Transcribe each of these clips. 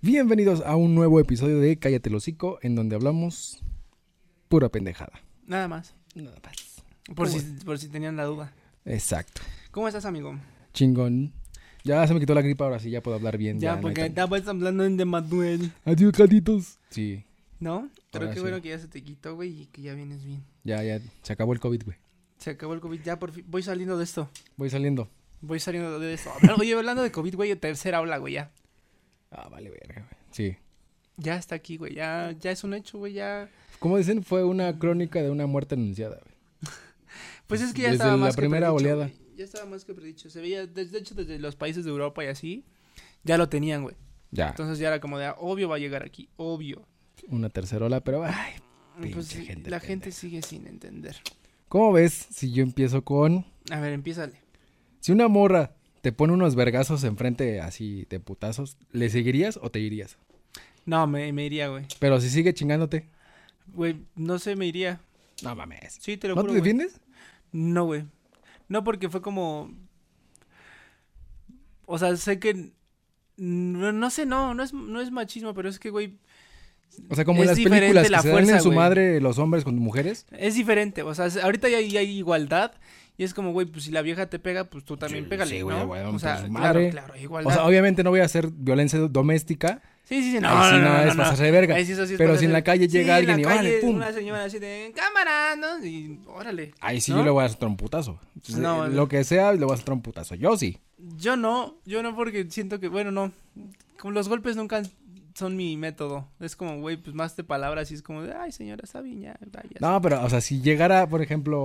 Bienvenidos a un nuevo episodio de Cállate el hocico, en donde hablamos pura pendejada. Nada más. Nada más. Por si, por si tenían la duda. Exacto. ¿Cómo estás, amigo? Chingón. Ya se me quitó la gripa, ahora sí ya puedo hablar bien. Ya, no hay porque tan- estabas hablando en de Manuel, Adiós, gatitos. Sí, ¿no? Pero Ahora Ah, qué sí. bueno que ya se te quitó, güey, y que ya vienes bien. ya, ya. Se acabó el COVID, güey. Se acabó el COVID, ya por fin. Voy saliendo de esto. Voy saliendo. Voy saliendo de esto. Pero, oye, hablando de COVID, güey, tercera ola, güey, ya. Ah, vale, verga, güey. Sí. Ya está aquí, güey, ya, ya es un hecho, güey, ya. Como dicen, fue una crónica de una muerte anunciada, güey. Pues es que ya Desde estaba la más que primera predicho, oleada. güey. Ya estaba más que predicho. Se veía, de de hecho, desde los países de Europa y así, ya lo tenían, güey. Ya. Entonces ya era como de, ah, obvio va a llegar aquí, obvio. Una tercera ola, pero ay. Y Pues, Pinche gente la gente sigue sin entender. ¿Cómo ves si yo empiezo con. A ver, empiézale. Si una morra te pone unos vergazos enfrente así de putazos, ¿le seguirías o te irías? No, me, me iría, güey. Pero si sigue chingándote. Güey, no sé, me iría. No mames. Sí, te lo ¿No juro. te güey. defiendes? No, güey. No, porque fue como. O sea, sé que. No, no sé, no, no es, no es machismo, pero es que, güey, O sea, como en Es las diferente películas que la se dan fuerza, en su güey. madre los hombres con mujeres. es diferente. O sea, es- ahorita ya hay, ya hay igualdad. Y es como, güey, pues si la vieja te pega, pues tú también Sí, pégale. sí, güey, ¿no? güey, o pues, sea, su claro, madre. claro, O igualdad. sea, obviamente no voy a hacer violencia doméstica. sí, sí, sí, no. ahí sí no, no no, es no, no. pasarse de verga. Ahí sí, eso sí es Pero pasarse si en la de- calle llega Sí, en la alguien y órale, calle pum. Una señora así de cámara, ¿no? Y órale. Ahí sí ¿no? yo le voy a hacer un putazo. Entonces, No, eh, no. Lo que sea, le voy a hacer un putazo. Yo sí. Yo no, yo no porque siento que, bueno, no, como los golpes nunca son mi método. Es como, güey, pues más de palabras y es como de, ay, señora, está bien, ya, vaya. No, pero, o sea, si llegara, por ejemplo,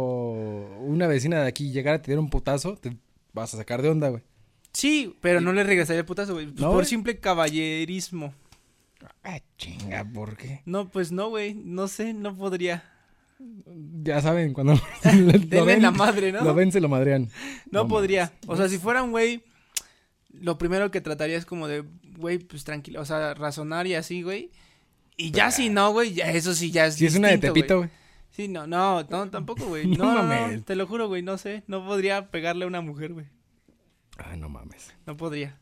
una vecina de aquí y llegara a tener un putazo, te vas a sacar de onda, güey. Sí, pero no le regresaría el putazo, güey, pues, No, por güey. simple caballerismo. Ah, chinga, ¿por qué? No, pues no, güey, no sé, no podría. Ya saben, cuando lo, Denme ven, la madre, ¿no? lo ven, se lo madrean. No, No podría. O sea, si fuera un güey, lo primero que trataría es como de, güey, pues tranquilo, o sea, razonar y así, güey. Y ya si no, güey, ya eso sí ya es Si es una de distinto, güey. Tepito, güey. Sí, no, no, no, tampoco, güey. No No, no, no, mames. te lo juro, güey, no sé. No podría pegarle a una mujer, güey. Ah, no mames. No podría.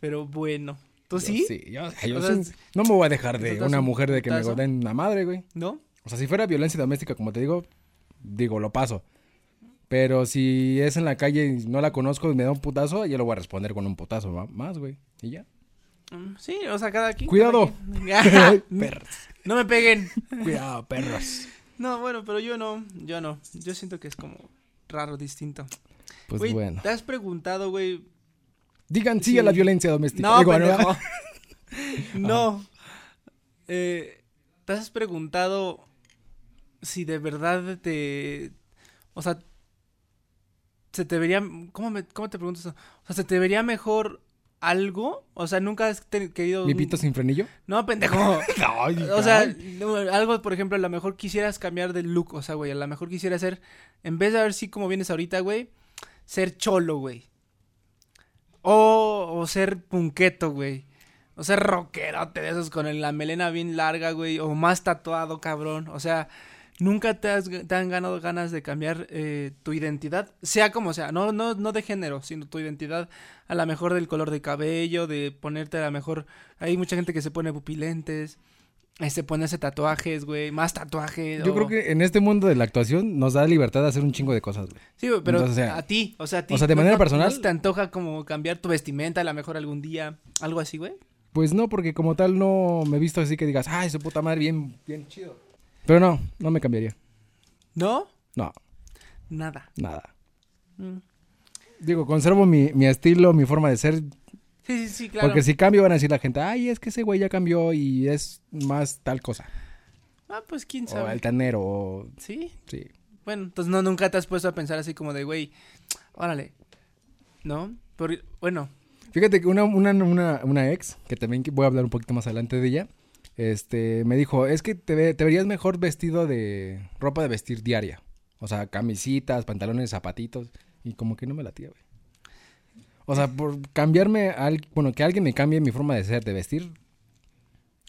Pero bueno. ¿Tú Yo sí? Sí, yo, yo O sea, sí. es- No me voy a dejar de ¿Tú das una un mujer de que me putazo? den la madre, güey. ¿No? O sea, si fuera violencia doméstica, como te digo, digo, lo paso. Pero si es en la calle y no la conozco y me da un putazo, yo lo voy a responder con un putazo ma- más, güey. Y ya. Mm, Sí, o sea, cada quien. Cuidado. cada quien. perros. no me peguen. Cuidado, perros. No, bueno, pero yo no, yo no. Yo siento que es como raro, distinto. Pues Güey, bueno. ¿Te has preguntado, güey? Digan sí, a sí. la violencia doméstica. No, Digo, a la- pendejo. no. Eh, ¿Te has preguntado si de verdad te... O sea, se te vería... ¿Cómo, me, cómo te pregunto eso? O sea, ¿se te vería mejor algo? O sea, ¿nunca has te- querido... ¿Mi un- pito sin frenillo? No, pendejo. Ay, O sea, ay. no, algo, por ejemplo, a lo mejor quisieras cambiar de look, o sea, güey, a lo mejor quisiera ser, en vez de ver si como vienes ahorita, güey, ser cholo, güey. O, o ser punqueto, güey. O ser rockerote de esos con el- la melena bien larga, güey, o más tatuado, cabrón. O sea, nunca te, has- te han ganado ganas de cambiar eh, tu identidad, sea como sea, no, no, no de género, sino tu identidad, a lo mejor del color de cabello, de ponerte a lo mejor, hay mucha gente que se pone pupilentes, este, ponerse tatuajes, güey, más tatuajes. Yo o- creo que en este mundo de la actuación nos da libertad de hacer un chingo de cosas, güey. Sí, güey, pero Entonces, o sea, a ti, o sea, a ti. o sea, de manera personal- no se te antoja como cambiar tu vestimenta a lo mejor algún día, algo así, güey? Pues no, porque como tal no me he visto así que digas, ay, su puta madre, bien, bien chido. Pero no, no me cambiaría. ¿No? No, Nada. nada. Mm. Digo, conservo mi, mi estilo, mi forma de ser. Sí, sí, sí, claro. Porque si cambio van a decir la gente, ay, es que ese güey ya cambió y es más tal cosa. Ah, pues quién O sabe. altanero, o... Sí, Sí. bueno, entonces no, nunca te has puesto a pensar así como de, güey, órale, ¿no? Porque, bueno, Fíjate que una, una, una, una ex, que también que voy a hablar un poquito más adelante de ella, este, me dijo, es que te, ve- te verías mejor vestido de ropa de vestir diaria. O sea, camisitas, pantalones, zapatitos. Y como que no me latía, güey. O sea, por cambiarme, al, bueno, que alguien me cambie mi forma de ser, de vestir.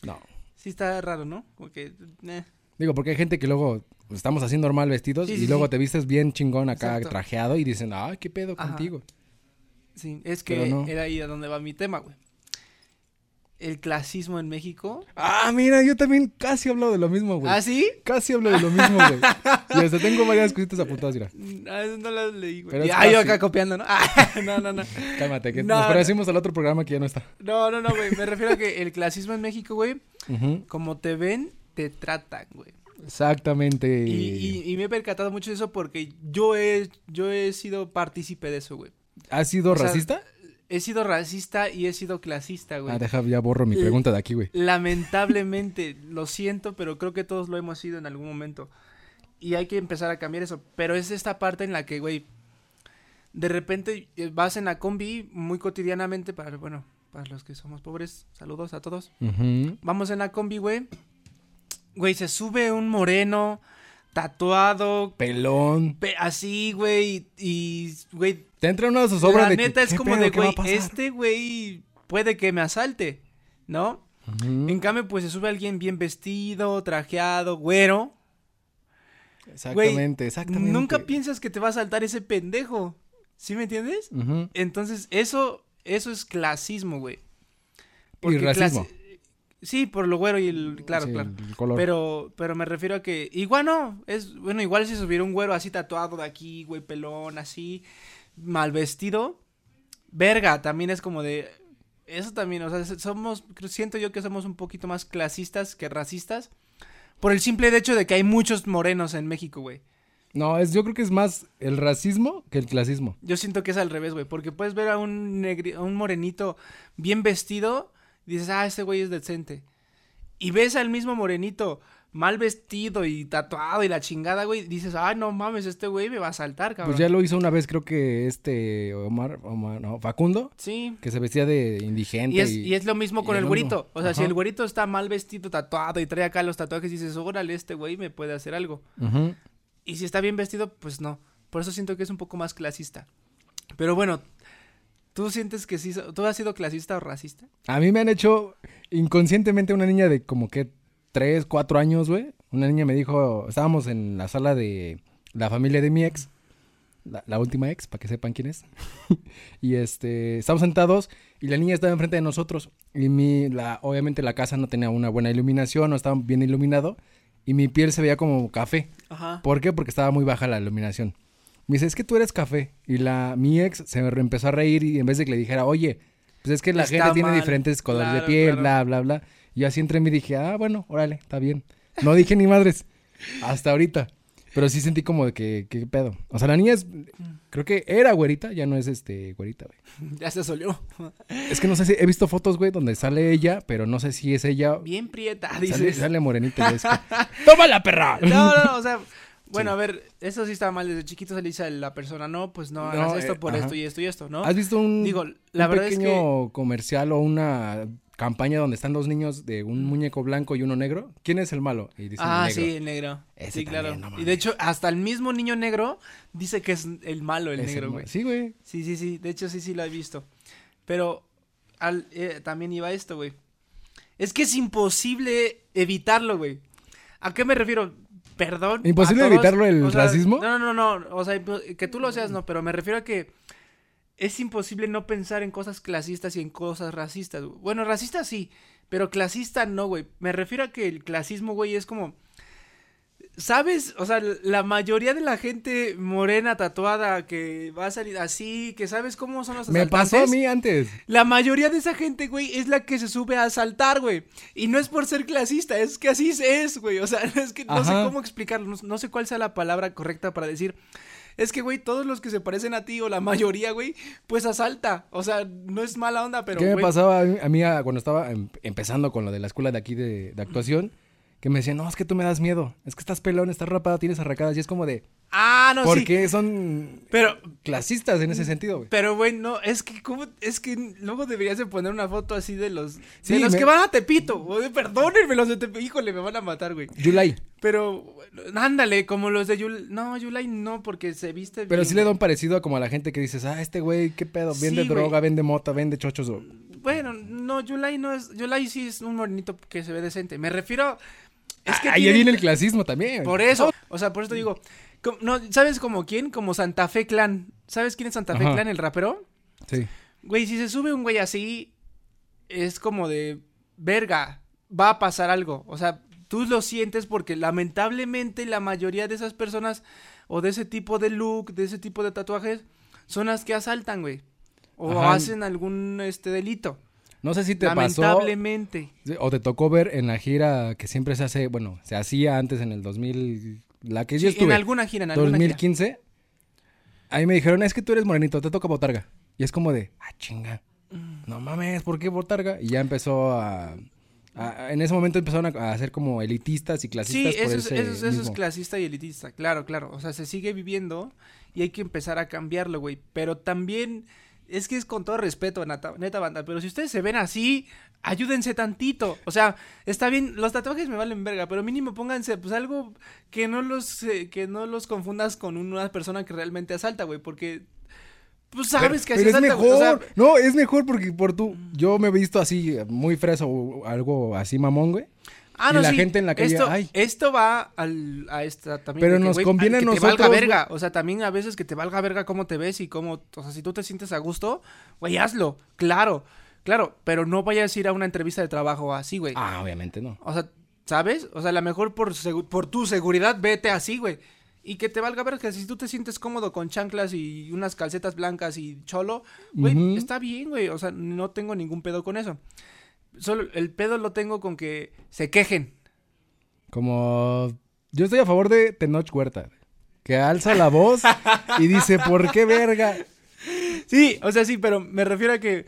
No. sí está raro, ¿no? Como que, eh, Digo, porque hay gente que luego pues, estamos así normal vestidos Sí, y sí, luego sí. te vistes bien chingón acá Exacto. trajeado y dicen, ay, qué pedo Ajá. contigo. sí, es Pero que no. era ahí a donde va mi tema, güey. el clasismo en México. Ah, mira, yo también casi hablo de lo mismo, güey. ¿Ah, sí? Casi hablo de lo mismo, güey. y hasta tengo varias cositas apuntadas, mira. A veces Mm, ah, no las leí, Pero güey. es Ah, yo casi. acá copiando, ¿no? Ah, no, no, no. Cálmate, que No, nos no. parecimos al otro programa que ya no está. No, no, no, güey. Me refiero a que el clasismo en México, güey, como te ven, te tratan, güey. Exactamente. Y, y- y me he percatado mucho de eso porque yo he, yo he sido partícipe de eso, güey. ¿Has sido o sea, racista? He sido racista y he sido clasista, güey. Ah, deja, ya borro mi pregunta de aquí, güey. Lamentablemente, lo siento, pero creo que todos lo hemos sido en algún momento. Y hay que empezar a cambiar eso. Pero es esta parte en la que, güey, de repente eh, vas en la combi muy cotidianamente para, bueno, para los que somos pobres, saludos a todos. Ujú. Vamos en la combi, güey. Güey, se sube un moreno, tatuado, Pelón. pe- así, güey, y, güey, Te entra una zozobra la de que, neta es ¿qué como pedo? de, ¿Qué va a güey, pasar? este güey puede que me asalte, ¿no? Ujú. En cambio, pues se sube alguien bien vestido, trajeado, güero. Exactamente, exactamente. Nunca piensas que te va a saltar ese pendejo. ¿Sí me entiendes? Ujú. Entonces, eso, eso es clasismo, güey. Y racismo. clasi- Sí, por lo güero y el. Claro, Sí, claro. el color. Pero, pero me refiero a que. Igual no. Es, bueno, igual si subiera un güero así tatuado de aquí, güey, pelón, así, mal vestido. Verga, también es como de. Eso también, o sea, se- somos. creo- Siento yo que somos un poquito más clasistas que racistas. Por el simple hecho de que hay muchos morenos en México, güey. No, es, yo creo que es más el racismo que el clasismo. Yo siento que es al revés, güey. Porque puedes ver a un, negri- a un morenito bien vestido y dices, ah, este güey es decente. Y ves al mismo morenito mal vestido y tatuado y la chingada, güey. y Dices, ah, no mames, este güey me va a saltar, cabrón. Pues ya lo hizo una vez, creo que este Omar, Omar no, Facundo, Sí. que se vestía de indigente. Y es, y es lo mismo y con el el otro. güerito. O sea, si Ajá. el güerito está mal vestido, tatuado y trae acá los tatuajes, dices, órale, este güey me puede hacer algo. Ujú. Y si está bien vestido, pues no. Por eso siento que es un poco más clasista. Pero bueno, ¿tú sientes que sí? so- ¿Tú has sido clasista o racista? A mí me han hecho inconscientemente una niña de como que 3, 4 años, güey. Una niña me dijo, estábamos en la sala de la familia de mi ex, la, la última ex, para que sepan quién es. y este, estábamos sentados y la niña estaba enfrente de nosotros. Y mi, la, obviamente la casa no tenía una buena iluminación, no estaba bien iluminado. Y mi piel se veía como café. Ajá. ¿Por qué? Porque estaba muy baja la iluminación. Me dice, es que tú eres café. Y la, mi ex se me re- empezó a reír y en vez de que le dijera, oye, pues es que la Está gente tiene mal. diferentes colores de Claro, piel, claro. bla, bla, bla. Y yo así entre mí dije, ah, bueno, órale, está bien. No dije ni madres, hasta ahorita. Pero sí sentí como de que, ¿qué pedo? O sea, la niña es, creo que era güerita, ya no es este, güerita, güey. Ya se solió. Es que no sé si, he visto fotos, güey, donde sale ella, pero no sé si es ella. Bien prieta, Sale, dices. Ah, sale morenita, güey, es que, ¡Toma la perra! No, no, no, o sea, bueno, a ver, eso sí está mal. Desde chiquito se le dice a la persona, no, pues no, No, hagas eh, esto por ajá. Ah, esto y esto y esto, ¿no? ¿Has visto un, Digo, un la verdad es pequeño comercial o una campaña donde están dos niños de un muñeco blanco y uno negro? ¿Quién es el malo? Y dicen Ah, negro. sí, el negro. Ese sí, claro. también, no mames. y de hecho, hasta el mismo niño negro dice que es el malo, el Es negro, ma- güey. Sí, güey. Sí, sí, sí. De hecho, sí, sí lo he visto. Pero al- eh, también iba esto, güey. Es que es imposible evitarlo, güey. ¿A qué me refiero? Perdón. a ¿Imposible todos, evitarlo el sea, racismo? No, no, no. O sea, impo- que tú lo seas, no. Pero me refiero a que es imposible no pensar en cosas clasistas y en cosas racistas. güey. Bueno, racista sí, pero clasista no, güey. Me refiero a que el clasismo, güey, es como... ¿Sabes? O sea, la mayoría de la gente morena, tatuada, que va a salir así, que sabes cómo son los Me pasó a asaltantes? mí antes. La mayoría de esa gente, güey, es la que se sube a asaltar, güey. Y no es por ser clasista, es que así es, güey. O sea, es que no Ajá. sé cómo explicarlo, no, no sé cuál sea la palabra correcta para decir. Es que, güey, todos los que se parecen a ti o la mayoría, güey, pues asalta. O sea, no es mala onda, pero. ¿Qué me güey, pasaba a mí, a mí, a- cuando estaba em- empezando con lo de la escuela de aquí de, de actuación? Que me decían, no, es que tú me das miedo. Es que estás pelón, estás rapado, tienes arracadas. Y es como de, Ah, no, ¿por sí. qué son Pero, clasistas en ese sentido, güey? pero, güey, no, es que, ¿cómo? Es que luego deberías de poner una foto así de los. Sí, de los me- que van a Tepito. güey, Perdónenme, los de Tepito. Híjole, me van a matar, güey. Yulai. Pero, bueno, ándale, como los de Yul... No, Yulai no, porque se viste Pero bien, sí le da güey. un parecido a como a la gente que dices, ah, este güey, qué pedo, vende Sí, güey. droga, vende mota, vende chochos. o- Bueno, no, Yulai no es... Yulai sí es un morenito que se ve decente. Me refiero... Es Es que Ah, ahí tienen- viene el Oh. clasismo también. Por eso, o sea, por eso te digo... como- No, ¿Sabes como quién? Como Santa Fe Clan. ¿Sabes quién es Santa Fe Ajá. Clan, el rapero? Sí. Güey, si se sube un güey así, es como de... verga, va a pasar algo. O sea, tú lo sientes porque lamentablemente la mayoría de esas personas o de ese tipo de look, de ese tipo de tatuajes, son las que asaltan, güey. O Ajá. hacen algún este delito. No sé si te pasó lamentablemente. sí, o te tocó ver en la gira que siempre se hace, bueno, se hacía antes en el 2000, la que yo Sí, en estuve, alguna gira, en alguna gira. 2015. Ahí me dijeron, "Es que tú eres morenito, te toca botarga." Y es como de, "Ah, chinga." No mames, ¿por qué botarga? Y ya empezó a, a- en ese momento empezaron a, a ser como elitistas y Sí, clasistas por eso, es, ese eso es- eso es mismo. clasista y elitista, claro, claro. O sea, se sigue viviendo y hay que empezar a cambiarlo, güey. Pero también es que es con todo respeto, nata- neta banda. Pero si ustedes se ven así, ayúdense tantito. O sea, está bien, los tatuajes me valen verga, pero mínimo pónganse pues algo que no los, eh, que no los confundas con una persona que realmente asalta, güey. Porque, pues sabes que así Pero es asalta, mejor. güey. O sea, no, es mejor porque por tú. Yo me he visto así, muy freso o algo así mamón, güey. Ah, Y no, la sí. gente en la calle, Esto, ay. esto va al, a esta también. Pero de que, nos güey, conviene a al que te valga nosotros, verga. O sea, también a veces que te valga verga cómo te ves y cómo. O sea, si tú te sientes a gusto, güey, hazlo. Claro, claro. Pero no vayas a ir a una entrevista de trabajo así, güey. Ah, obviamente no. O sea, ¿sabes? O sea, a lo mejor por, segu- por tu seguridad, vete así, güey. Y que te valga verga. Si tú te sientes cómodo con chanclas y unas calcetas blancas y cholo, güey, Ujú. está bien, güey. O sea, no tengo ningún pedo con eso. Solo el pedo lo tengo con que se quejen. Como. Yo estoy a favor de Tenoch Huerta. Que alza la voz y dice, ¿por qué verga? Sí, o sea, sí, pero me refiero a que,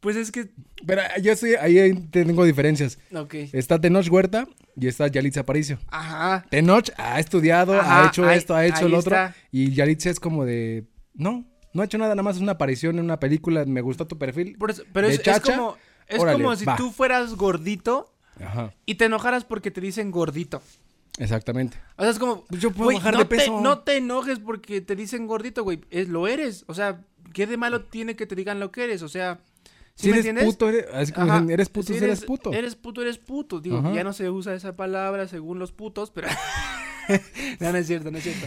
pues es que, Pero yo estoy, ahí tengo diferencias. ok, Está Tenoch Huerta y está Yalitza Aparicio. ajá, Tenoch ha estudiado, ha Ajá, hecho ahí- esto, ha hecho ahí el otro. está. Y Yalitza es como de. No, no ha hecho nada, nada más es una aparición en una película. Me gustó tu perfil. Por eso- pero ¿De es, es chacha? como, es Órale, como si va. tú fueras gordito Ajá, y te enojaras porque te dicen gordito. exactamente. O sea, es como, Pues Yo puedo güey, bajar no de te- peso. no te enojes porque te dicen gordito, güey, es, lo eres, o sea, ¿qué de malo tiene que te digan lo que eres? O sea, Si ¿sí me eres entiendes? puto, eres, así como Ajá, dicen, eres puto, si eres, puto. Eres puto, eres puto. Digo, Ajá. ya no se usa esa palabra según los putos, pero. no, no es cierto, no es cierto.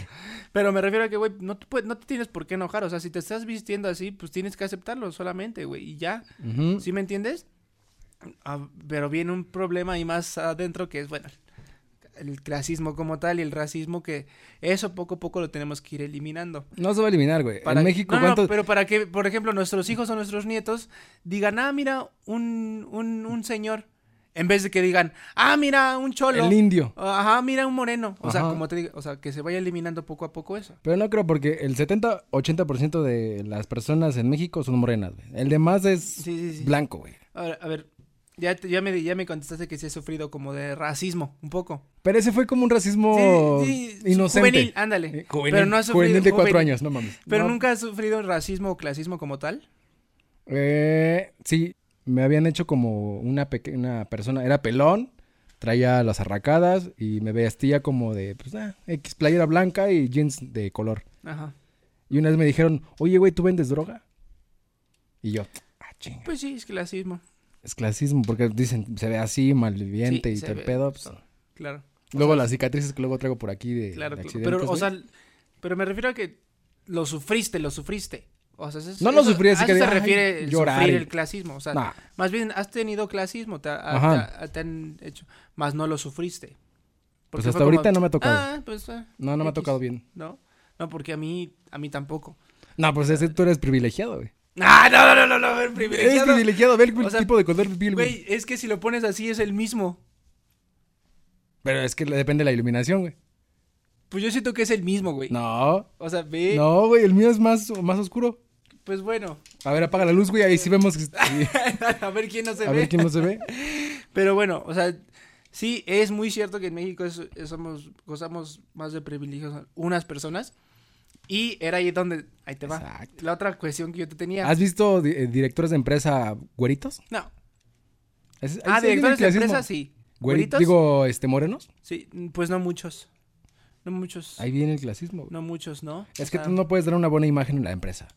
Pero me refiero a que, güey, no te, puedes- no te tienes por qué enojar. O sea, si te estás vistiendo así, pues tienes que aceptarlo solamente, güey, y ya. Ujú. ¿Sí me entiendes? Ah, pero viene un problema ahí más adentro que es, bueno, el clasismo como tal y el racismo que eso poco a poco lo tenemos que ir eliminando. No se va a eliminar, güey. Para en que- México, no, no, ¿cuántos? pero para que, por ejemplo, nuestros hijos o nuestros nietos digan, ah, mira, un, un, un señor. En vez de que digan, ah, mira, un cholo. El indio. Ajá, mira, un moreno. O sea, Ajá. como te digo, o sea, que se vaya eliminando poco a poco eso. Pero no creo, porque el 70-80% de las personas en México son morenas, güey. El demás es Sí, sí, sí. blanco, güey. A ver, a ver, ya, te- ya, me, ya me contestaste que sí he sufrido como de racismo, un poco. Pero ese fue como un racismo Sí, sí, inocente. Juvenil, ándale. Eh, juvenil, pero no has sufrido. juvenil de cuatro juvenil. años, no mames. Pero No. nunca has sufrido racismo o clasismo como tal. Eh, sí, me habían hecho como una pequeña persona, era pelón, traía las arracadas y me vestía como de, pues, ah, X playera blanca y jeans de color. Ajá. Y una vez me dijeron, oye, güey, ¿tú vendes droga? Y yo, ah, chinga. Pues sí, es clasismo. Es clasismo, porque dicen, se ve así, malviviente y Sí, se todo el ve, pedo. pues, Claro. luego las cicatrices que luego traigo por aquí de, Claro, de claro. accidentes, Pero, o güey. sea, pero me refiero a que lo sufriste, lo sufriste. O sea, eso es- No lo eso- sufrí, así a que eso de, se ay, refiere el llorar sufrir y- el clasismo. O sea, Nah, más bien has tenido clasismo, te, ha- ha- Ajá. te ha- te han hecho, más no lo sufriste. Pues fue hasta como, ahorita no me ha tocado. Ah, pues, ah, no, no me ha X". tocado bien. No, no, porque a mí, a mí tampoco. No, pues ese tú eres privilegiado, güey. Ah, no, no, no, no, no, el Eres privilegiado. privilegiado, ve el O sea, tipo de color de piel, güey. Güey, es que si lo pones así es el mismo. Pero es que le depende de la iluminación, güey. Pues yo siento que es el mismo, güey. No, O sea, ve, no, güey, el mío es más, más oscuro. pues bueno, A ver, apaga la luz, güey, ahí sí vemos. que- sí. a ver quién no se A ve. ver quién no se ve. Pero bueno, o sea, sí, es muy cierto que en México es- es- somos, gozamos más de privilegios unas personas. Y era ahí donde, ahí te va. Exacto. La otra cuestión que yo te tenía. ¿Has visto di- eh, directores de empresa güeritos? No. Es- ahí sí Ah, hay un directores de clasismo. empresas, sí. Güeri- ¿Güeritos? Digo, este, morenos. Sí, pues no muchos. No muchos. Ahí viene el clasismo, güey. No Ah. muchos, ¿no? Es O que sea, tú no puedes dar una buena imagen en la empresa.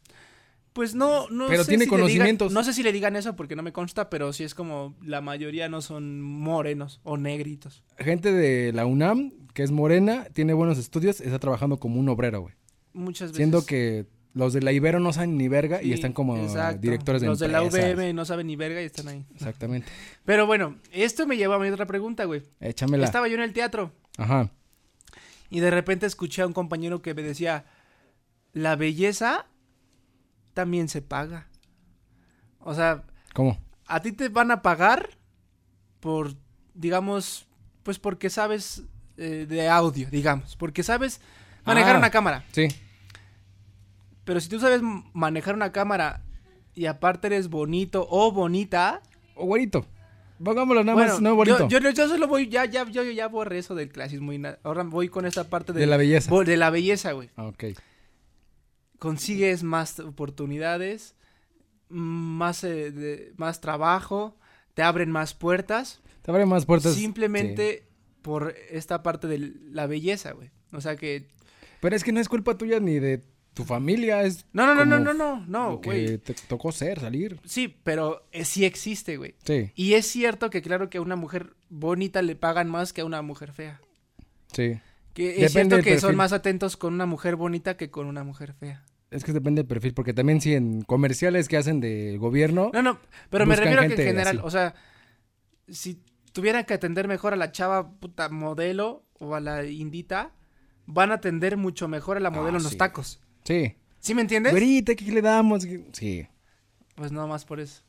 Pues no, no Pero sé tiene si le conocimientos. digan- no sé si le digan eso porque no me consta, pero sí es como la mayoría no son morenos o negritos. Gente de la UNAM, que es morena, tiene buenos estudios, está trabajando como un obrero, güey. Muchas veces. Siendo que los de la Ibero no saben ni verga y Pues Sí, están como exacto. directores de Los empresas. de la UVM no saben ni verga y están ahí. Exactamente. Pero bueno, esto me lleva a mi otra pregunta, güey. Échamela. Estaba yo en el teatro Ajá. y de repente escuché a un compañero que me decía, la belleza también se paga. O sea, ¿Cómo? a ti te van a pagar por, digamos, pues porque sabes eh, de audio, digamos, porque sabes manejar Ah. una cámara. Sí. Pero si tú sabes m- manejar una cámara y aparte eres bonito o bonita, O bonito. Pongámoslo nada bueno, más, no yo, bonito. yo, yo solo voy, ya, ya, yo, yo ya borré eso del clasismo y na- ahora voy con esta parte De la belleza. bo- de la belleza, güey. Ah, ok. Consigues más oportunidades, más, eh, de- más trabajo, te abren más puertas. Te abre más puertas. simplemente por esta parte de la belleza, güey. O sea que. Sí. Pero es que no es culpa tuya ni de tu familia. Es No, no, no, no, como no, no, no, lo que güey. te tocó ser, salir. Sí, pero eh, sí existe, güey. Sí, Y es cierto que, claro, que a una mujer bonita le pagan más que a una mujer fea. sí. Que Depende es cierto del que son perfil. más atentos con una mujer bonita que con una mujer fea. Es que depende del perfil, porque también si en comerciales que hacen del gobierno, No, no, pero me Buscan refiero a que en gente general, así. o sea, si tuvieran que atender mejor a la chava puta modelo o a la indita, van a atender mucho mejor a la modelo en los Ah, sí. tacos. sí. ¿Sí me entiendes? Güerita, ¿qué le damos? Sí. Pues nada más por eso.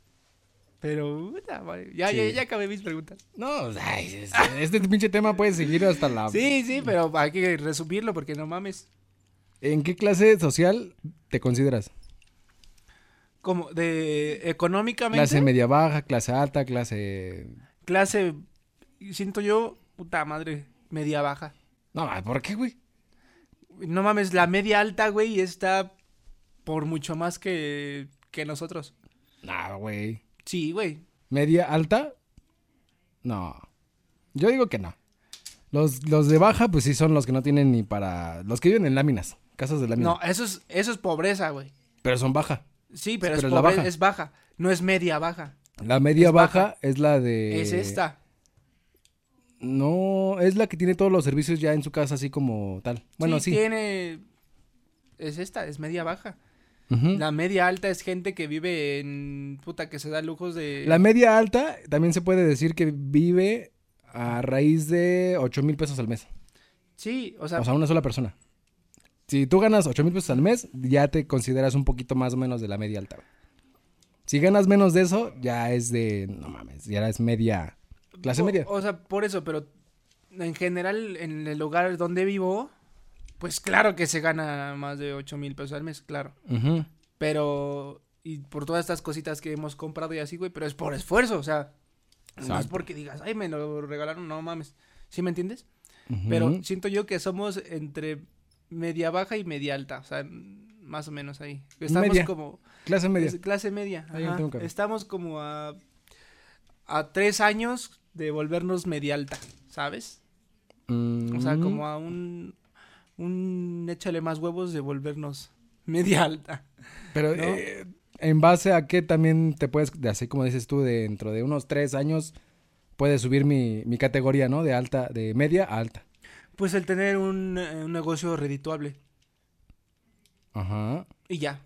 Pero, puta madre, ya, Sí. ya, ya acabé mis preguntas. No, ay, es- este pinche tema puede seguir hasta la... Ah. Sí, sí, pero hay que resumirlo porque no mames. ¿En qué clase social te consideras? Como de económicamente, ¿Clase media baja, clase alta, clase... clase, siento yo, puta madre, media baja. No, ma, ¿por qué, güey? No mames, la media alta, güey, está por mucho más que, que nosotros. No, güey. Sí, güey. ¿Media alta? No. Yo digo que no. Los, los de baja, pues sí son los que no tienen ni para... Los que viven en láminas, casas de láminas. No, eso es, eso es pobreza, güey. Pero son baja. Sí, pero, Pero es, la pobre- baja. es baja. No es media baja. La media Es baja. baja, es la de... Es esta. No, es la que tiene todos los servicios ya en su casa, así como tal. Bueno, sí. tiene... Es esta, es media baja. Ujú. la... La media alta es gente que vive en. puta, que se da lujos de. media alta también se puede decir que vive a raíz de 8 mil pesos al mes. Sí, o sea, O sea, una sola persona. Si tú ganas 8 mil pesos al mes, ya te consideras un poquito más o menos de la media alta. güey. Si ganas menos de eso, ya es de. No mames, ya es media. Clase o- media. O, sea, por eso, pero en general, en el hogar donde vivo, pues claro que se gana más de 8 mil pesos al mes, claro. Ujú. Pero. Y por todas estas cositas que hemos comprado y así, güey, pero es por esfuerzo, o sea. No es Exacto. porque digas, ay, me lo regalaron, no mames. ¿Sí me entiendes? Ujú. Pero siento yo que somos entre media baja y media alta, o sea, más o menos ahí. Estamos Media. como. Clase media. Es clase media. Ahí no ajá. tengo que ver. Estamos como a, a tres años de volvernos media alta, ¿sabes? O sea, Mm. como a un, un échale más huevos de volvernos media alta. Pero ¿no? eh, en base a que también te puedes, de así como dices tú, dentro de unos tres años puedes subir mi, mi categoría, ¿no? De alta, de media a alta. Pues el tener un, eh, un negocio redituable Ajá. y ya.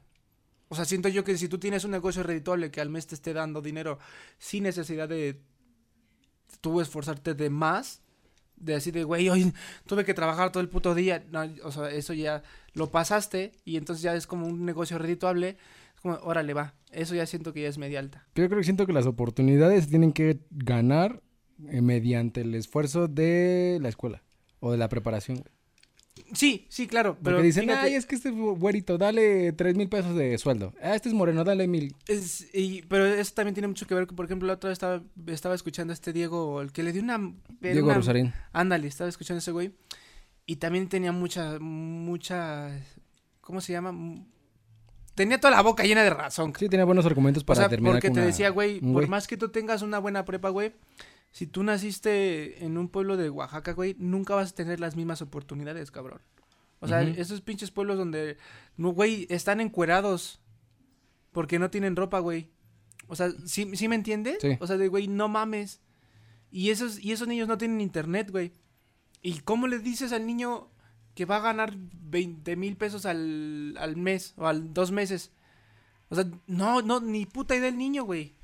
O sea, siento yo que si tú tienes un negocio redituable que al mes te esté dando dinero sin necesidad de tú esforzarte de más, de así de, güey, hoy tuve que trabajar todo el puto día. No, o sea, eso ya lo pasaste y entonces ya es como un negocio redituable. Es como, órale, va. Eso ya siento que ya es media alta. Yo creo que siento que las oportunidades se tienen que ganar eh, mediante el esfuerzo de la escuela o de la preparación. Sí, sí, claro. Porque Pero dicen, fíjate- ay, es que este bu- güerito, dale tres mil pesos de sueldo. Ah, este es moreno, dale mil. Es- y- pero eso también tiene mucho que ver con, por ejemplo, la otra vez estaba, estaba escuchando a este Diego, el que le dio una... pero Diego una- Rosarín. Ándale, estaba escuchando a ese güey. Y también tenía mucha, mucha... ¿Cómo se llama? M- Tenía toda la boca llena de razón. ca- Sí, tenía buenos argumentos O para sea, terminar porque con te una- decía, güey, un por más que tú tengas una buena prepa, güey, si tú naciste en un pueblo de Oaxaca, güey, nunca vas a tener las mismas oportunidades, cabrón. O sea, Ujú. esos pinches pueblos donde, no, güey, están encuerados porque no tienen ropa, güey. O sea, ¿sí, sí me entiendes? Sí. O sea, de, güey, no mames. Y esos, y esos niños no tienen internet, güey. ¿Y cómo le dices al niño que va a ganar 20 mil pesos al, al mes o al dos meses. O sea, no, no, ni puta idea el niño, güey.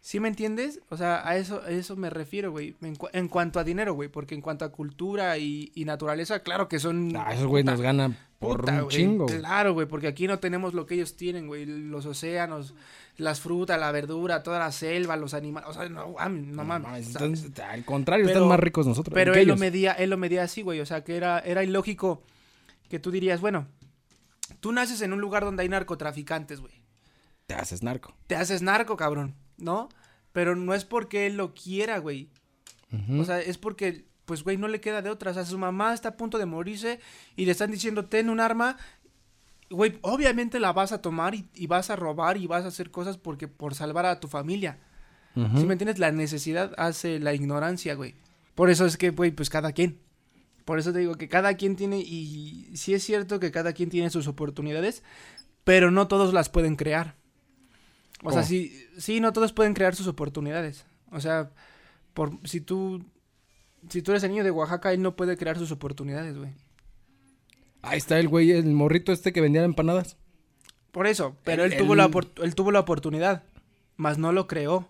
¿Sí me entiendes? O sea, a eso, a eso me refiero, güey. En, cu- en cuanto a dinero, güey. Porque en cuanto a cultura y, y naturaleza, claro que son... Ah, esos güey puta- nos ganan por Puta, un güey, chingo. güey. Claro, güey, porque aquí no tenemos lo que ellos tienen, güey. Los océanos, las frutas, la verdura, toda la selva, los animales. O sea, no, mames, no mames. o sea, están- al contrario, Pero- están más ricos nosotros. pero que él lo, ellos. medía, él lo medía así, güey. O sea, que era, era ilógico que tú dirías, bueno, tú naces en un lugar donde hay narcotraficantes, güey. Te haces narco. Te haces narco, cabrón, ¿no? Pero no es porque él lo quiera, güey. Ujú. O sea, es porque, pues, güey, no le queda de otra. O sea, su mamá está a punto de morirse y le están diciendo, ten un arma. Güey, obviamente la vas a tomar y, y vas a robar y vas a hacer cosas porque por salvar a tu familia. Ujú. ¿Sí me entiendes? La necesidad hace la ignorancia, güey. Por eso es que, güey, pues cada quien. Por eso te digo que cada quien tiene, y sí es cierto que cada quien tiene sus oportunidades, pero no todos las pueden crear. O sea, ¿Cómo? sí, sí, no todos pueden crear sus oportunidades. O sea, por, si tú, si tú eres el niño de Oaxaca, él no puede crear sus oportunidades, güey. Ahí está el güey, el morrito este que vendía empanadas. Por eso, pero El- él, tuvo la el- opor- él tuvo la oportunidad, más no lo creó.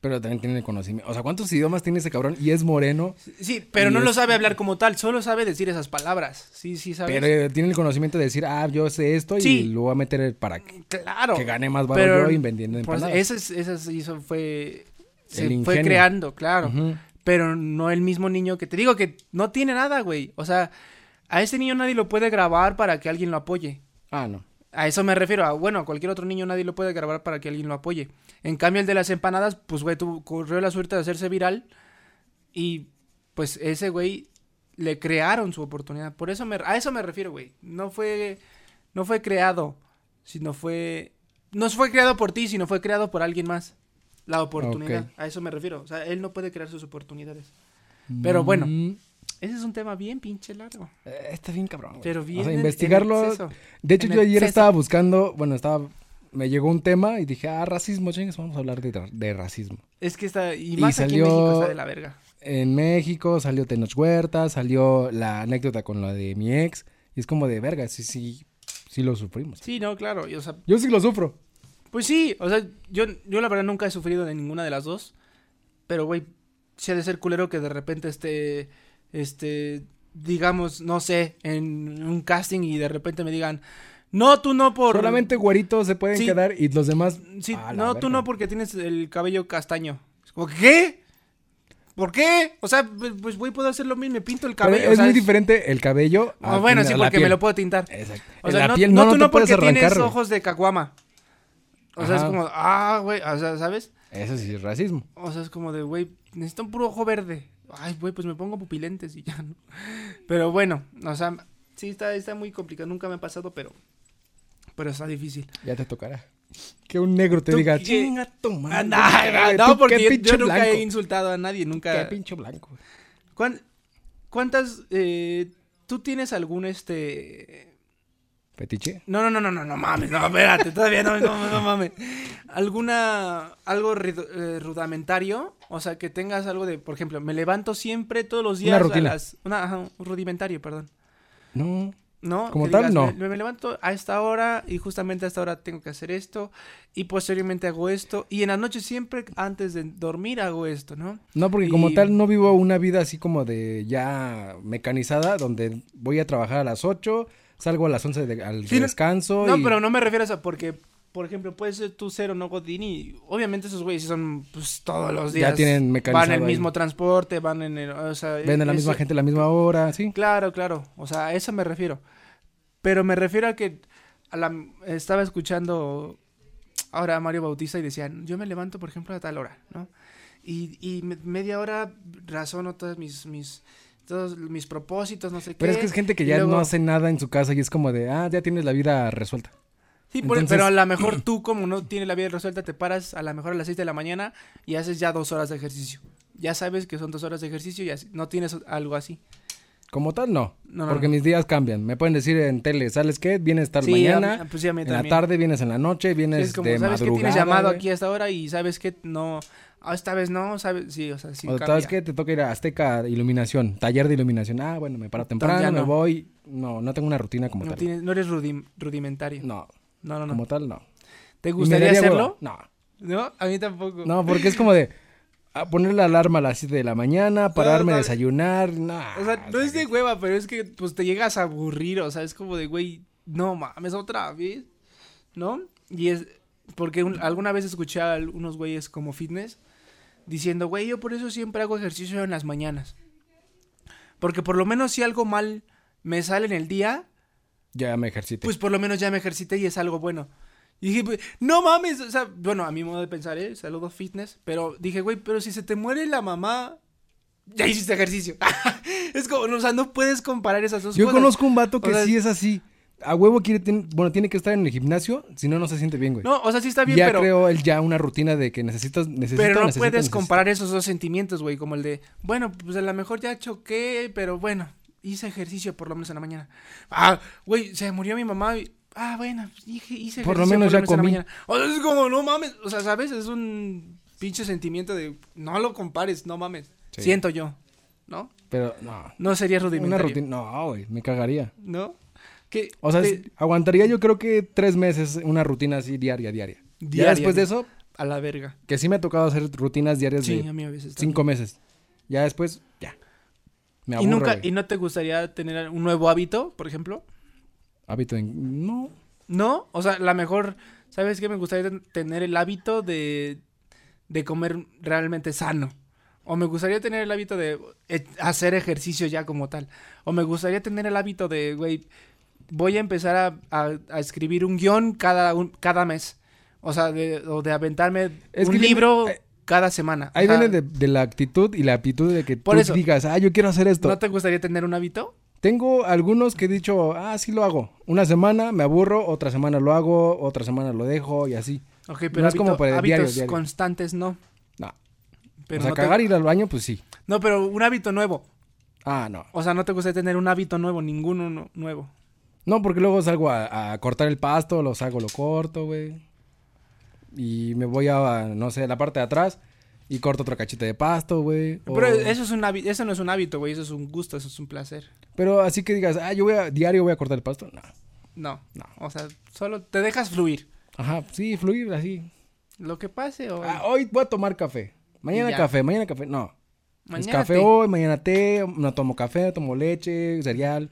Pero también tiene el conocimiento. O sea, ¿cuántos idiomas tiene ese cabrón? Y es moreno, Sí, pero Y no lo es- sabe hablar como tal, solo sabe decir esas palabras. Sí, sí, sabe. pero eh, tiene el conocimiento de decir, ah, yo sé esto y Sí. lo voy a meter para que, Claro. que gane más valor pero yo y vendiendo por eso- empanadas. ese, es- ese es- hizo fue se El fue ingenio. creando, claro. Ujú. Pero no el mismo niño que te digo que no tiene nada, güey. O sea, a ese niño nadie lo puede grabar para que alguien lo apoye. Ah, no. A eso me refiero, a bueno, a cualquier otro niño nadie lo puede grabar para que alguien lo apoye. En cambio, el de las empanadas, pues güey, tuvo, corrió la suerte de hacerse viral y pues ese güey le crearon su oportunidad. Por eso me, a eso me refiero, güey. No fue, no fue creado, sino fue, no fue creado por ti, sino fue creado por alguien más. La oportunidad, Ok. a eso me refiero. O sea, él no puede crear sus oportunidades. Pero bueno. Mm, Ese es un tema bien pinche largo. eh, está bien cabrón. güey. Pero bien. O sea, en- en investigarlo. exceso. de hecho, en yo ayer exceso. estaba buscando, bueno, estaba. Me llegó un tema y dije, ah, racismo, chingues, vamos a hablar de, ra- de racismo. Es que está, y Y más aquí en México salió- está de la verga. En México salió Tenoch Huerta, salió la anécdota con lo de mi ex. Y es como de verga, sí, sí, sí lo sufrimos. Sí, no, claro. y, o sea, Yo sí lo sufro. pues sí, o sea, yo, yo la verdad nunca he sufrido de ninguna de las dos. Pero, güey, sí ha de ser culero que de repente este, este, digamos, no sé, en un casting y de repente me digan, no, tú no por... Solamente güeritos se pueden Sí. quedar y los demás. Sí, A la no, verga. tú no porque tienes el cabello castaño. Es como, ¿qué? ¿Por qué? O sea, pues, güey, puedo hacer lo mismo, me pinto el Pero cabello. o es sea, muy diferente el cabello. Ah, a- bueno, a sí, la porque me piel. lo puedo tintar. Exacto. O En sea, la no, piel no, no, tú no no te puedes porque tienes arrancar. güey. ojos de caguama. O sea, es Ajá. como, ah, güey, o sea, ¿sabes? Eso sí es racismo. O sea, es como de, güey, necesito un puro ojo verde. Ay, güey, pues me pongo pupilentes y ya, ¿no? Pero bueno, o sea, sí está, está muy complicado. Nunca me ha pasado, pero... Pero está difícil. Ya te tocará. Que un negro te Tú diga, qué- chinga tu madre. Ah, nah, güey, no, tú porque qué yo- yo, pinche nunca he blanco, insultado a nadie, nunca... Qué pinche blanco. güey. ¿Cuán- ¿Cuántas... eh, ¿Tú tienes algún, este... Fetiche. No, no, no, no, no, no mames, no, espérate, todavía no, no, no mames. ¿Alguna, algo ridu- eh, rudimentario? O sea, que tengas algo de, por ejemplo, me levanto siempre todos los Una días rutina. a las... Una, ajá, un rudimentario, perdón. No. ¿No? Como Que tal, no. Me, me levanto a esta hora y justamente a esta hora tengo que hacer esto y posteriormente hago esto y en la noche siempre antes de dormir hago esto, ¿no? No, porque como Y- tal no vivo una vida así como de ya mecanizada, donde voy a trabajar a las 8, salgo a las 11 de- al Sí, no- descanso. No, y- pero no me refiero a eso porque, por ejemplo, puede ser tú cero, no Godín y obviamente esos güeyes sí son pues, todos los Ya días. tienen mecanizado Van en el ahí. mismo transporte, van en el... O sea, Ven a la eso- misma gente a la misma hora, sí. Claro, claro. O sea, a eso me refiero. Pero me refiero a que a la- estaba escuchando ahora a Mario Bautista y decían, yo me levanto, por ejemplo, a tal hora, ¿no? Y, y me- media hora razono todas mis... mis todos mis propósitos, no sé qué. Pero es que es gente que y ya no luego- hace nada en su casa y es como de, ah, ya tienes la vida resuelta. Sí, por- Entonces- pero a lo mejor tú, como no tienes la vida resuelta, te paras a lo mejor a las 6 de la mañana y haces ya dos horas de ejercicio. Ya sabes que son dos horas de ejercicio y así- no tienes algo así. Como tal, no. No, no, porque no. mis días cambian. Me pueden decir en tele, ¿sales qué? Vienes tarde Sí, a mí- mañana. ah, pues sí, a mí en la también. tarde, vienes en la noche, Sí, vienes es como, de ¿sabes que madrugada. tienes llamado güey. aquí a esta hora y sabes que no? Ah, esta vez no, ¿sabes? Sí, o sea, sí o cambia. sabes que te toca ir a Azteca Iluminación, taller de iluminación. Ah, bueno, me paro temprano, ya me no. voy. No, no tengo una rutina como No, tal. tienes- no eres rudim- rudimentario. No, No, no, no. como tal, no. ¿Te Y me gustaría daría hueva. hacerlo? No. No, a mí tampoco. No, porque es como de ah, poner la alarma a las 7 de la mañana, pararme a no. desayunar, no. O sea, no es de hueva, pero es que pues te llegas a aburrir, o sea, es como de, güey, no mames, otra vez, ¿no? Y es porque un- alguna vez escuché a al- unos güeyes como fitness diciendo, güey, yo por eso siempre hago ejercicio en las mañanas. Porque por lo menos si algo mal me sale en el día, Ya me ejercité. pues por lo menos ya me ejercité y es algo bueno. Y dije, pues, no mames, o sea, bueno, a mi modo de pensar, ¿eh? Saludos fitness, pero dije, güey, pero si se te muere la mamá, ya hiciste ejercicio. es como, no, o sea, no puedes comparar esas dos Yo cosas. conozco un vato que O sea, sí es así. A huevo quiere, ten- bueno, tiene que estar en el gimnasio, si no, no se siente bien, güey. No, o sea, sí está bien, ya pero, creó él ya una rutina de que necesitas, necesito, pero no necesito, puedes necesito. comparar esos dos sentimientos, güey, como el de, bueno, pues a lo mejor ya choqué, pero bueno, hice ejercicio por lo menos en la mañana. Ah, güey, se murió mi mamá. y- Ah, bueno, pues, dije, hice ejercicio Por lo menos ya comí. en la mañana. O sea, es como, no mames, o sea, ¿sabes? Es un pinche sentimiento de, no lo compares, no mames. Sí. Siento yo, ¿no? Pero no. No sería Una rudimentario. rutina, no, güey, me cagaría. ¿No? Que O sea, te- es- aguantaría yo creo que tres meses una rutina así diaria, diaria. Diaria, ya después de eso, pues a la verga. que sí me ha tocado hacer rutinas diarias Sí, de a mí a veces también. cinco meses. Ya después, ya. Me ¿Y aburro, nunca, güey. y no te gustaría tener un nuevo hábito, por ejemplo? Hábito en... No. ¿No? O sea, la mejor, ¿sabes qué? Me gustaría ten- tener el hábito de, de comer realmente sano. O me gustaría tener el hábito de eh, hacer ejercicio ya como tal. O me gustaría tener el hábito de, güey, voy a empezar a, a- a escribir un guión cada, un- cada mes. O sea, de, o de aventarme Es un que viene- libro eh, cada semana. Ahí O sea, viene de, de la actitud y la aptitud de que Por tú eso. digas, ah, yo quiero hacer esto. ¿No te gustaría tener un hábito? Tengo algunos que he dicho, ah, sí lo hago. Una semana me aburro, otra semana lo hago, otra semana lo dejo y así. Ok, pero No es como hábito- para el hábitos diario, diario. constantes no. No. Pero o sea, no, te- cagar ir al baño, pues sí. no, pero un hábito nuevo. Ah, no. O sea, no te gustaría tener un hábito nuevo, ninguno no- nuevo. No, porque luego salgo a, a cortar el pasto, lo hago, lo corto, güey. Y me voy a, no sé, la parte de atrás y corto otra cachita de pasto, güey. O- Pero eso es un hábito, eso no es un hábito, güey, eso es un gusto, eso es un placer. Pero así que digas, ah, yo voy a, diario voy a cortar el pasto. No. No. No. O sea, solo te dejas fluir. Ajá, sí, fluir así. Lo que pase o Ah, hoy voy a tomar café. Y Mañana ya. café, mañana café. No. mañana es café te- hoy, mañana té, no tomo café, tomo leche, cereal.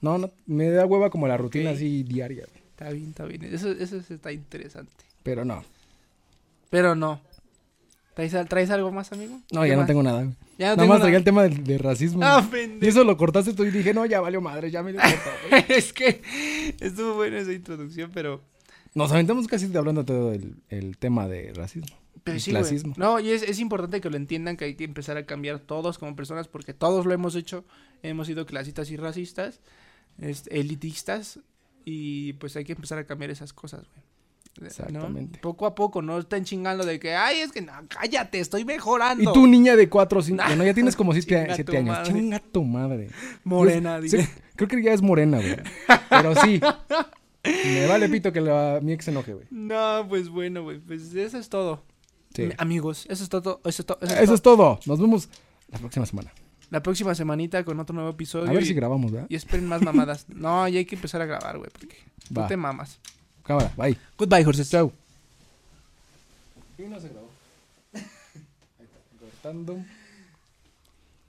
No, no, me da hueva como la rutina Ok. así diaria. güey. Está bien, está bien. Eso, eso sí está interesante. Pero no, Pero no. ¿Traes, al- traes algo más, amigo? no, ¿Qué ya no más? tengo nada. güey. Ya nada no tengo más nada. traía el tema del de racismo. Ah, güey. y pendejo. eso lo cortaste tú y dije, no, ya valió madre, ya me lo cortó, güey. es que estuvo buena esa introducción, pero Nos aventamos casi de hablando todo el, el tema de racismo. Pero y sí, güey. clasismo. No, y es, es importante que lo entiendan que hay que empezar a cambiar todos como personas porque todos lo hemos hecho. Hemos sido clasistas y racistas, este, elitistas y pues hay que empezar a cambiar esas cosas, güey. Eh, ¿No? Exactamente. Poco a poco, no estén chingando de que, ay, es que no, cállate, estoy mejorando. Y tú, niña de cuatro o cinco, bueno, ya tienes como siete, Chinga siete tu años. madre. Chinga tu madre. Morena, Sí, dice. creo que ya es morena, güey. Pero sí. Me vale pito que la, mi ex se enoje, güey. No, pues bueno, güey, pues eso es todo. Sí. M- Amigos, eso es todo, eso es todo. Eso es Eso todo. es todo. Nos vemos la próxima semana. La próxima semanita con otro nuevo episodio. A ver y, si grabamos, ¿verdad? y esperen más mamadas. no, y hay que empezar a grabar, güey, porque Va. tú te mamas. Cámara, bye. Goodbye, Jorge. Chau. Y no se grabó. Ahí está. Cortando.